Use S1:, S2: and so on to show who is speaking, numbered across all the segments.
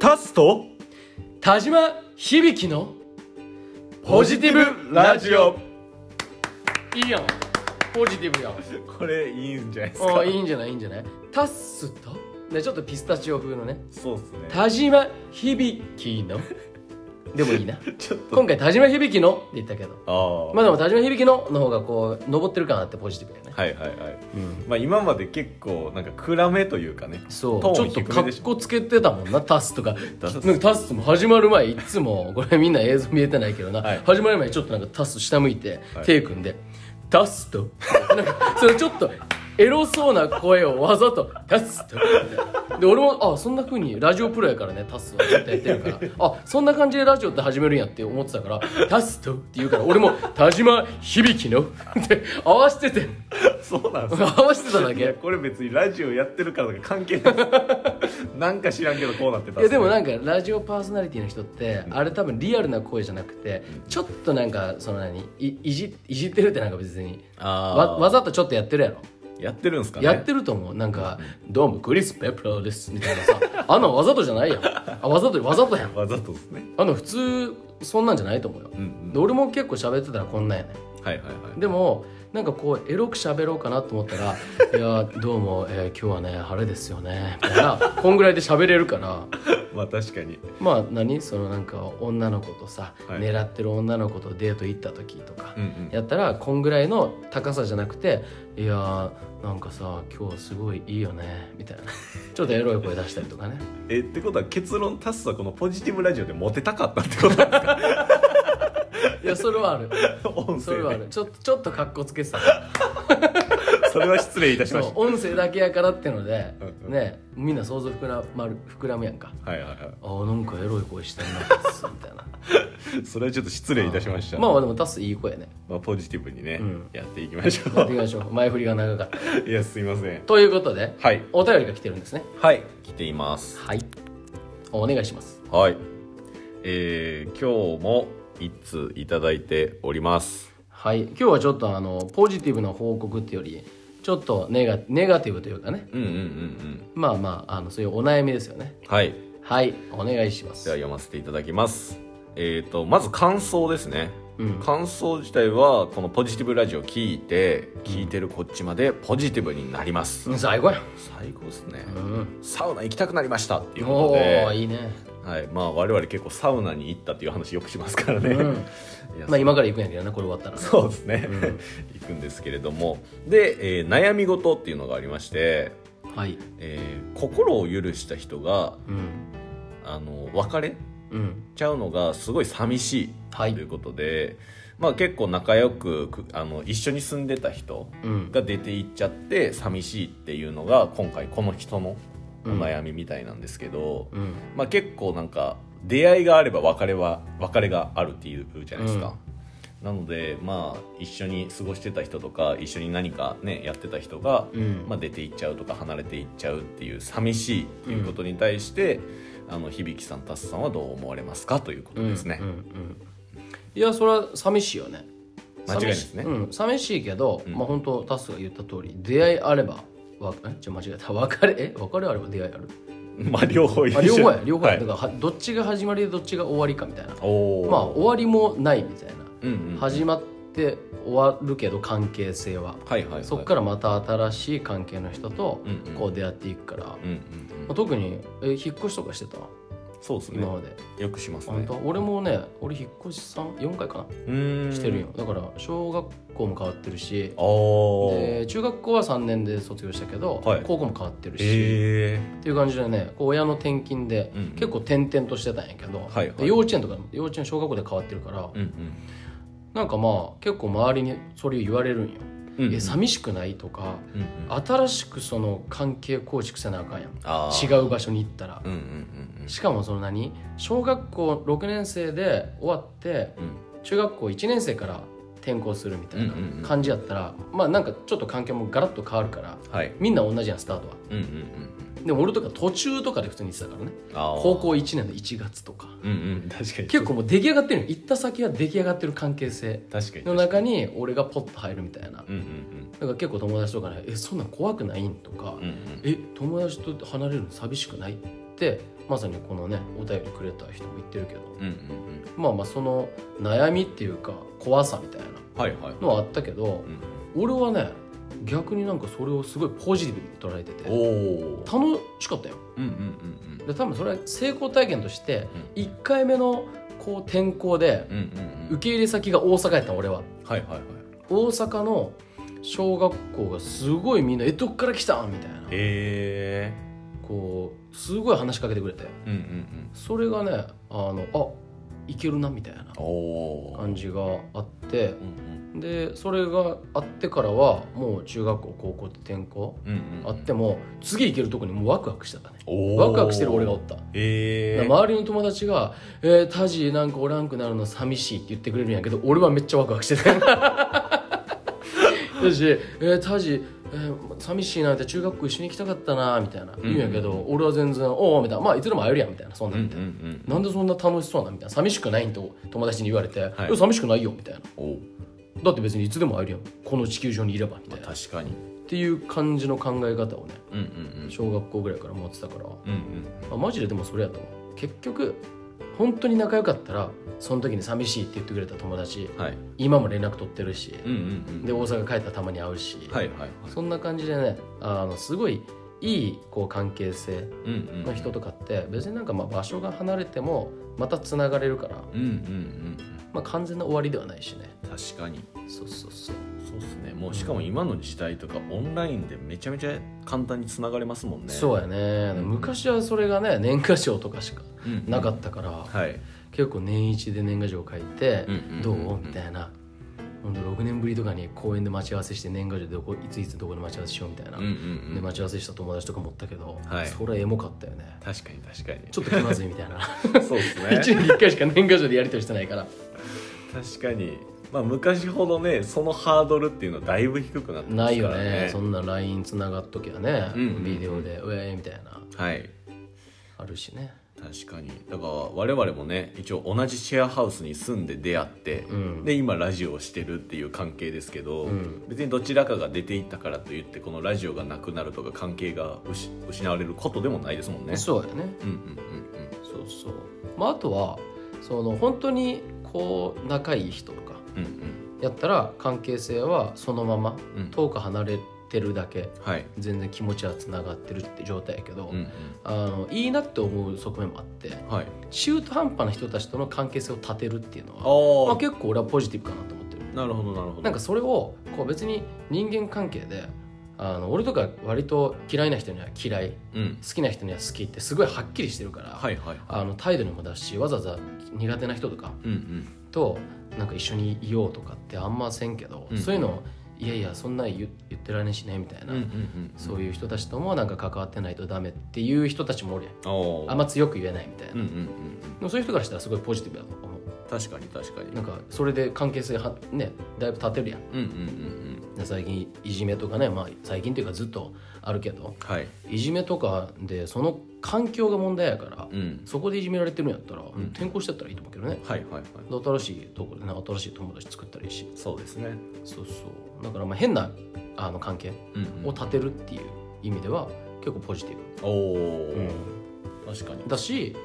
S1: カスと
S2: 田島響のポジティブラジオいいやんポジティブやん
S1: これいいんじゃないです
S2: お
S1: か
S2: ーいいんじゃないいいんじゃないタッスとねちょっとピスタチオ風のね
S1: そうですね
S2: 田島響のでもいい な
S1: ちょっと
S2: 今回田島響のって言ったけど
S1: ああ
S2: まあでも田島響のの方がこう上ってる感あってポジティブやね、
S1: はいはいはい
S2: うん、
S1: まあ今まで結構なんか暗めというかね
S2: そう
S1: ト
S2: ち
S1: ー
S2: ょ
S1: ン
S2: っと
S1: 低
S2: か
S1: め
S2: っ
S1: でしょ
S2: こつけてたもんなタスとか
S1: タス
S2: なんかタスも始まる前いつも これみんな映像見えてないけどな、
S1: はい
S2: 始まる前ちょっとなんかタス下向いて、
S1: はい
S2: 手組んで「タスと」 なんかそれちょっとエロそうな声をわざと「タスと」で俺もあそんな風にラジオプロやからねタスはずっとやってるから あそんな感じでラジオって始めるんやって思ってたから「タスと」って言うから俺も「田島響の」って合わせてて
S1: そうなんです よ
S2: 合わせてただ
S1: いや
S2: け
S1: これ別にラジオやってるからとか関係ない なんか知らんけどこうなってた
S2: いやでもなんんかラジオパーソナリティの人ってあれ多分リアルな声じゃなくてちょっとなんかその何いいじいじってるってなんか別にわ
S1: あ
S2: わざとちょっとやってるやろ
S1: やってるんすかね
S2: やってると思うなんか「どうもクリス・ペプラーです」みたいなさあんなんわざとじゃないやんあわざとわざとやん
S1: わざとですね
S2: あの普通そんなんじゃないと思うよ
S1: うんうん
S2: で俺も結構喋ってたらこんなんやね
S1: はいはいはい
S2: でもなんかこうエロく喋ろうかなと思ったら「いやどうも、えー今日はね晴れですよね」みたいなこんぐらいで喋れるから。
S1: まあ確かに
S2: まあ何そのなんか女の子とさ、
S1: はい
S2: 狙ってる女の子とデート行った時とか、
S1: うんうん
S2: やったらこんぐらいの高さじゃなくて「いやーなんかさ今日すごいいいよね」みたいなちょっとエロい声出したりと かね
S1: えってことは結論タスはこのポジティブラジオでモテたかったってことなんで
S2: いやそれはある
S1: すか音
S2: それはあ
S1: 声
S2: る
S1: で
S2: ちょっとちょっとかっこつけてた
S1: それは失礼いたし
S2: そ
S1: ま
S2: う
S1: し
S2: 音声だけやからってので
S1: うんうん
S2: ねみんな想像膨らまる膨らむやんか
S1: たはいはいは
S2: あーなんかエロい声してんなタスみたいな
S1: いそれはちょっと失礼いたしました
S2: まあ
S1: ま
S2: ま
S1: あ
S2: あでもタスいい声ね
S1: ポジティブにね、
S2: うん
S1: やっていきましょ
S2: やっていきましょう前振りが長かった
S1: う いやすいません
S2: ということで
S1: はい
S2: お便りが来てるんですね
S1: はい来ています
S2: はい。お願いします。
S1: はいえー、今日も一通いただいております
S2: はい。今日はちょっとあのポジティブな報告っていうより、ちょっとネガネガティブというかね。
S1: うんうんうんうん
S2: まあまああのそういうお悩みですよね。
S1: はい
S2: はい。お願いし
S1: で
S2: ま
S1: は
S2: す。
S1: 読ませていただきますえー、とまず感想ですね、
S2: うん
S1: 感想自体はこのポジティブラジオ聞いて聞いてるこっちまでポジティブになります、
S2: うん最後やん。
S1: 最高ですね、
S2: うん。
S1: サウナ行きたくなりましたっていうこ
S2: お
S1: とで
S2: ーいいね。
S1: はい、まあ我々結構サウナに行ったっていう話よくしますからね、
S2: うん
S1: いや
S2: まあ今から行くんやけどね、これ終わったら。
S1: そうですね、
S2: うん
S1: 行くんですけれどもで、えー悩み事っていうのがありまして、
S2: はい。
S1: えー心を許した人が
S2: うん。
S1: あの別れ
S2: うん。
S1: ちゃうのがすごい寂しいと
S2: はい
S1: いうことで、まあ、結構仲良くくあの一緒に住んでた人
S2: うん。
S1: が出て行っちゃって寂しいっていうのが今回この人のお悩みみたいなんですけど、
S2: うん。
S1: まあ、結構なんか出会いがあれば別れは別れがあるっていうじゃないですか、なのでまあ一緒に過ごしてた人とか一緒に何かねやってた人が、
S2: うん
S1: まあ、出ていっちゃうとか離れていっちゃうっていう寂しいっていうことに対して、あの響さんタスさんはどう思われますかということですね、
S2: うんうんいやそれは寂しいよね
S1: 間違いないですね
S2: 寂しうん、寂しいけど、
S1: ん
S2: まあ本当タスが言った通り出会いあればわえちょ間違えた別れえ別れあれば出会いある
S1: まあ両方一緒
S2: あ両方や両方や、
S1: はい
S2: だからはどっちが始まりでどっちが終わりかみたいな
S1: おお
S2: まあ終わりもないみたいな、
S1: うんうん、はい
S2: 始まって終わるけど関係性は、
S1: はいはい
S2: そこからまた新しい関係の人と
S1: うんうん
S2: こう出会っていくから、ま
S1: うんうんう
S2: あ
S1: ん
S2: 特にえ引っ越しとかしてた
S1: そうですね
S2: 今まで、
S1: よくしますね
S2: 本当俺もね俺引っ越しさん4回かな
S1: うーん
S2: してるよ、だから小学校も変わってるし
S1: ああ
S2: で中学校は3年で卒業したけど、
S1: はい
S2: 高校も変わってるし、
S1: ええ
S2: っていう感じでねこう親の転勤で
S1: うんうん
S2: 結構転々としてたんやけど、
S1: はいはい
S2: で幼稚園とかでも幼稚園小学校で変わってるから、
S1: うん
S2: なんかまあ結構周りにそれを言われるんよ、
S1: うんうん
S2: え寂しくないとか
S1: うんうん
S2: 新しくその関係構築せなあかんやん
S1: あー
S2: 違う場所に行ったら、
S1: うんうんうん
S2: しかもその何小学校6年生で終わって
S1: うん
S2: 中学校1年生から転校するみたいな
S1: うんうんうん
S2: 感じやったら、まあなんかちょっと環境もガラッと変わるから
S1: うんはい
S2: みんな同じやんスタートは
S1: うんうんうん
S2: でも俺とか途中とかで普通に行ってたからね
S1: あー
S2: 高校1年の1月とか
S1: うんうん確かに
S2: 結構もう出来上がってるの行った先は出来上がってる関係性
S1: 確かに
S2: の
S1: 確か
S2: 中に俺がポッと入るみたいな
S1: にうんうん
S2: だから結構友達とかね「えそんなん怖くないん?」とか
S1: うんうんうん
S2: え友達と離れるの寂しくない?」っってまさにこのねお便りくれた人も言ってるけど
S1: うんうん
S2: まあまあその悩みっていうか怖さみたい
S1: うんはいはい
S2: なのはあったけど
S1: うん
S2: 俺はね逆になんかそれをすごいポジティブに捉えてて
S1: おおー
S2: 楽しかったよ
S1: うんうんうん
S2: で多分それは成功体験として
S1: うん
S2: 1回目のこう転校で
S1: うんうんうん
S2: 受け入れ先が大阪やったの俺は
S1: はいはいはい
S2: 大阪の小学校がすごいみんな「えどっから来たん?」みたいな
S1: へえ
S2: こうすごい話しかけてくれて
S1: うんうん
S2: それがねあのあいけるなみたいな
S1: うんおお
S2: 感じがあって
S1: うんうん
S2: でそれがあってからはもう中学校高校って転校
S1: うんうん
S2: あっても次行けるとこにもうワクワクしてたね
S1: おー
S2: ワクワクしてる俺がおった
S1: へえ
S2: だから周りの友達が「えー、タジなんかおらんくなるの寂しい」って言ってくれるんやけど俺はめっちゃワクワクして ただし「えー、タジ、えー寂しいなんて中学校一緒に行きたかったな」みたいな言うんやけど、俺は全然「おお」みたいな「まあいつでも会えるやん」みたいなそん
S1: う
S2: なん
S1: うん
S2: みた
S1: う
S2: い
S1: ん
S2: な、なんでそんな楽しそうなんみたいな寂しくないんと友達に言われて「
S1: い
S2: いや寂しくないよ」みたいな
S1: おお
S2: 「だって別にいつでも会えるやんこの地球上にいれば」みたいなっ
S1: 確かに
S2: ていう感じの考え方をね
S1: うんうん
S2: 小学校ぐらいから持ってたから
S1: うんうん
S2: あマジででもそれやと思う結局本当に仲良かったらその時に寂しいって言ってくれた友達
S1: うんはい
S2: 今も連絡取ってるし、
S1: うんうん
S2: で大阪帰ったらたまに会うし、
S1: うんはいはいはい
S2: そんな感じでねあのすごいいいこう関係性
S1: うんうん
S2: の人とかって別になんかまあ場所が離れてもまたつながれるから、
S1: うんうんうん
S2: まあ、完全な終わりではないしね
S1: うん確かに
S2: そうそうそう
S1: そうですねもうしかも今の時代とかオンラインでめちゃめちゃ簡単につながれますもんね
S2: そううやね、
S1: うん
S2: 昔はそれがね年賀状とかしか
S1: ん
S2: なかったから、
S1: はい
S2: 結構年一で年賀状書いて
S1: うんうんうんうん
S2: 「どう?」みたいな本当6年ぶりとかに公園で待ち合わせして年賀状でどこいついつどこで待ち合わせしようみたいな、
S1: うんうんう
S2: で
S1: ん
S2: 待ち合わせした友達とか持ったけど、
S1: はい
S2: それはエモかったよね
S1: 確かに確かに
S2: ちょっと気まずいみたいな
S1: そうです ね
S2: 一年に1回しか年賀状でやり取りしてないから
S1: 確かにまあ昔ほどねそのハードルっていうのはだいぶ低くなってま
S2: ない
S1: すか
S2: よ
S1: ら
S2: ね
S1: ね
S2: そんな LINE つながっときゃね、
S1: うんうんうん
S2: ビデオで「ウェーイ!」みたいな
S1: はい
S2: あるしね
S1: 確かにだから我々もね一応同じシェアハウスに住んで出会って、
S2: うん
S1: で今ラジオをしてるっていう関係ですけど、
S2: うん
S1: 別にどちらかが出ていったからといってこのラジオがなくなるとか関係が失失われることでもないですもんね
S2: そうやね
S1: うんうんうんうん
S2: そうそうまああとはその本当にこう仲いい人とか
S1: うんうん
S2: やったら関係性はそのまま
S1: うん
S2: 遠く離れてるだけ
S1: はい
S2: 全然気持ちはつながってるって状態やけど、
S1: うんうん
S2: あのいいなって思う側面もあって
S1: はい
S2: 中途半端な人たちとの関係性を立てるっていうのはまあ、
S1: あ
S2: 結構俺はポジティブかなと思ってる
S1: あなるほどなるほど
S2: なんかそれをこう別に人間関係であの俺とか割と嫌いな人には嫌い好
S1: うん
S2: きな人には好きってすごいはっきりしてるから、
S1: はいはいはい
S2: あの態度にも出すしわざわざ苦手な人とか
S1: うんうん
S2: となんか一緒にいようとかってあんませんけど、
S1: うん
S2: そういうのをいやいやそんなん言言ってられんしねみたいな、
S1: うんうんうん
S2: そういう人たちともなんか関わってないとダメっていう人たちもおるやん
S1: おー
S2: あんま強く言えないみたいな、
S1: うんうん
S2: で
S1: うんうん
S2: もそういう人からしたらすごいポジティブだと思う
S1: 確かに確かに
S2: なんかそれで関係性はねだいぶ立てるやん
S1: うんうんうんうん
S2: で最近いじめとかね、まあ、最近というかずっとあるけど
S1: はい
S2: いじめとかでその環境が問題やから、
S1: うん
S2: そこでいじめられてるんやったら、
S1: ん
S2: 転校してったらいいと思うけどね
S1: はいはいはい
S2: で新しいところでね新しい友達作ったらいいし
S1: そうですね
S2: そうそうだからまあ変なあの関係
S1: うんう
S2: を
S1: ん
S2: 立てるっていう意味では結構ポジティ
S1: おお
S2: ブ、
S1: ー確かに
S2: だし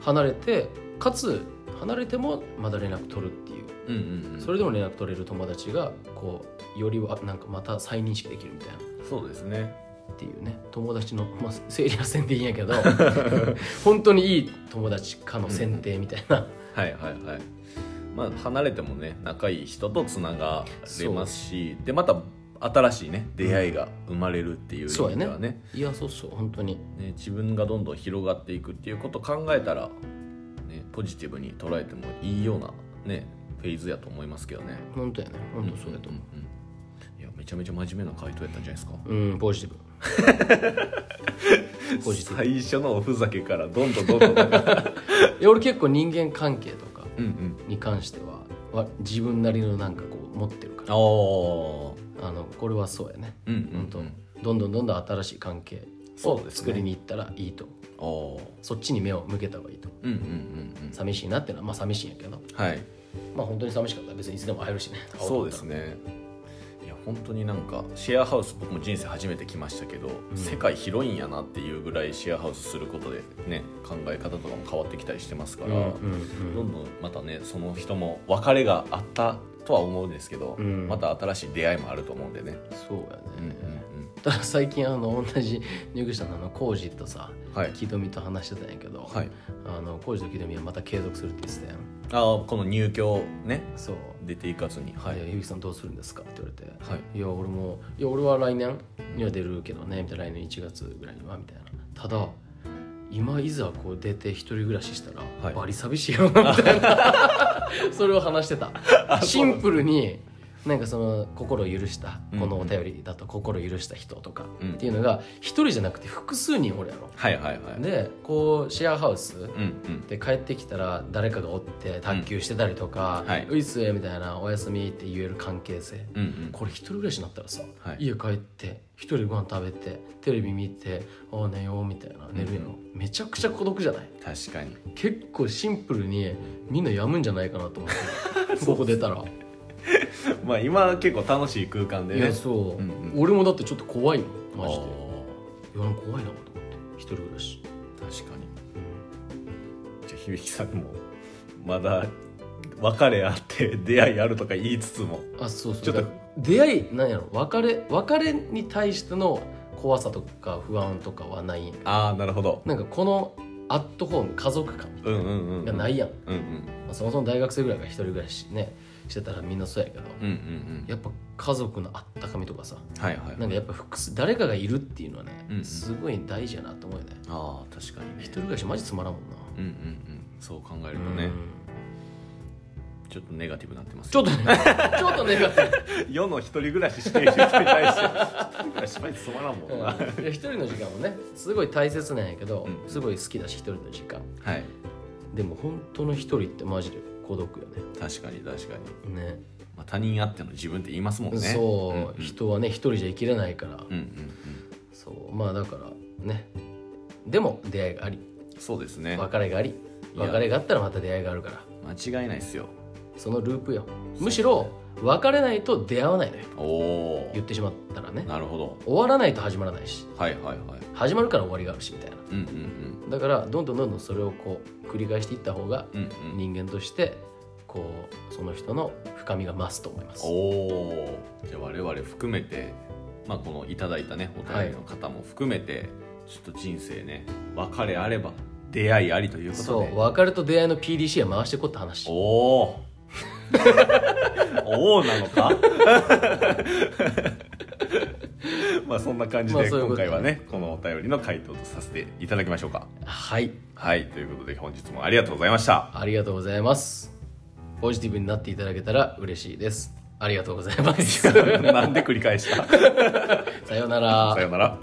S2: 離れてかつ離れてもまだ連絡取るっていう
S1: うんうんうん
S2: それでも連絡取れる友達がこうよりはなんかまた再認識できるみたいな
S1: そうですね
S2: っていうね友達の、まあ、整理はせんでいいんやけど本当にいい友達かの選定みたいな、
S1: はいはいはいまあ離れてもね仲いい人とつながれますしでまた新しいね出会いが生まれるっていう意
S2: そうや
S1: 味で
S2: ね
S1: はね,、
S2: いやそうそう本当に
S1: ね自分がどんどん広がっていくっていうことを考えたら、ね、ポジティブに捉えてもいいようなねフェーズやと思いますけどね
S2: 本当やね本当そうやと思
S1: うんうんいやめちゃめちゃ真面目な回答やったんじゃないですか
S2: ううんポジティブポジティブ
S1: 最初のおふざけからどんどんどんどんなん か
S2: いや俺結構人間関係とか
S1: うんうん
S2: に関してはわ自分なりのなんかこう持ってるから
S1: おー
S2: あのこれはそうやね
S1: うん
S2: 本当、
S1: うん
S2: どんどんどんどん新しい関係
S1: そう
S2: を
S1: ですね
S2: 作りに行ったらいいと
S1: う
S2: そ,、
S1: んおー
S2: っちに目を向けた方がいいと
S1: うんうんうん
S2: 寂しいなってのはまあ寂しいんやけど
S1: うんはい
S2: まあ本当に寂しかったら別にいつでも会えるしね
S1: そうですねいや本当になんかシェアハウス僕も人生初めて来ましたけど、
S2: ん
S1: 世界広いんやなっていうぐらいシェアハウスすることでね考え方とかも変わってきたりしてますから、どんどんまたねその人も別れがあったとは思うんですけど、
S2: うん
S1: また新しい出会いもあると思うんでね。
S2: そうや
S1: うんうん
S2: ね、ただ最近あの同じ入居者のあのコージとさ
S1: うんはい、
S2: 木富と話してたんやけど、
S1: はい、
S2: あのコージと木富はまた継続するって言ってたやん
S1: あーこの入居ね
S2: そう
S1: 出ていかずに、
S2: 「
S1: はい
S2: いや、ゆうきさんどうするんですか?」って言われて
S1: はい、
S2: いや俺もいや俺は来年には出るけどねみたいな来年1月ぐらいにはみたいなただ今いざこう出て一人暮らししたら、
S1: はい
S2: バリ寂しいよなみたいな それを話してたシンプルになんかその心を許した
S1: うん
S2: このお便りだと心を許した人とか
S1: うん
S2: っていうのが一人じゃなくて複数人おるやろ
S1: はいはいはい
S2: でこうシェアハウス
S1: うんうん
S2: で帰ってきたら誰かがおって卓球してたりとか
S1: うんはい
S2: 「ういっすえ」みたいな「おやすみ」って言える関係性
S1: うんうん
S2: これ一人暮らしになったらさ、
S1: はい
S2: 家帰って一人でご飯食べてテレビ見てああ寝ようみたいな寝るやろ、めちゃくちゃ孤独じゃない
S1: 確かに
S2: 結構シンプルにみんなやむんじゃないかなと思っ てここ出たら、
S1: まあ今は結構楽しい空間で
S2: い
S1: ね
S2: やそ
S1: う
S2: う、
S1: んう
S2: 俺もだってちょっと怖いもんマジで
S1: あ
S2: いやなんか怖いなと思って一人暮らし
S1: ー確かにじゃあ響さんもまだ別れあって出会いあるとか言いつつも
S2: あそうそう
S1: ちょっと
S2: だから出会いなんやろ別れ別れに対しての怖さとか不安とかはないんやけど
S1: ああなるほど
S2: なんかこのアットホーム家族感みた
S1: う
S2: い
S1: んうんうん
S2: ながないやん
S1: うんうん
S2: まあそもそも大学生ぐらいが一人暮らしねしてたらみんなそうやけど、
S1: うんうんうん
S2: やっぱ家族のあったかみとかさ
S1: はいはい
S2: なんかやっぱ複数誰かがいるっていうのはね、
S1: うんうん
S2: すごい大事やなと思うよね
S1: ああ確かにね
S2: 一人暮らしマジつまらんもんな、
S1: うんうんうんそう考えるとね
S2: うん
S1: ちょっとネガティブになってます
S2: ちょっとね ちょっとね
S1: 世の一人暮らししている人に対して一人暮らしマジつまらんもんな
S2: うんいや一人の時間もねすごい大切なんやけど、
S1: うん
S2: すごい好きだし一人の時間
S1: はい
S2: でも本当の一人ってマジで孤独よ
S1: 確かに確かに
S2: ねね
S1: まあ他人あっての自分って言いますもんね
S2: そう、
S1: んん
S2: 人はね一人じゃ生きれないから、
S1: うんうんうん
S2: そうまあだからねでも出会いがあり
S1: そうですね
S2: 別れがあり
S1: いや
S2: 別れがあったらまた出会いがあるから
S1: 間違いないですよ
S2: そのループよむしろ別れないと出会わないのよ
S1: おお
S2: 言ってしまったらね
S1: なるほど
S2: 終わらないと始まらないし
S1: はいはいはい
S2: 始まるから終わりがあるしみたいな
S1: うんうん
S2: だからどんどんどんどんそれをこう繰り返していった方が
S1: うんうんうん
S2: 人間としてこうその人の深みが増すと思います
S1: おおじゃあ我々含めてまあこのいただいたねお便りの方も含めて、ちょっと人生ね別れあれば出会いありというこ
S2: そ
S1: とで
S2: う別れと出会いの PDC は回してこって話
S1: おおー おーなのか まあそんな感じ
S2: まあ
S1: で
S2: そういう
S1: 今
S2: こと
S1: 回はねこのお便りの回答とさせていただきましょうか
S2: はい
S1: はいということで本日もありがとうございま した
S2: ありがとうございますポジティブになっていただけたら嬉し いですありがとうございます
S1: なんで繰り返した
S2: さようなら
S1: さようなら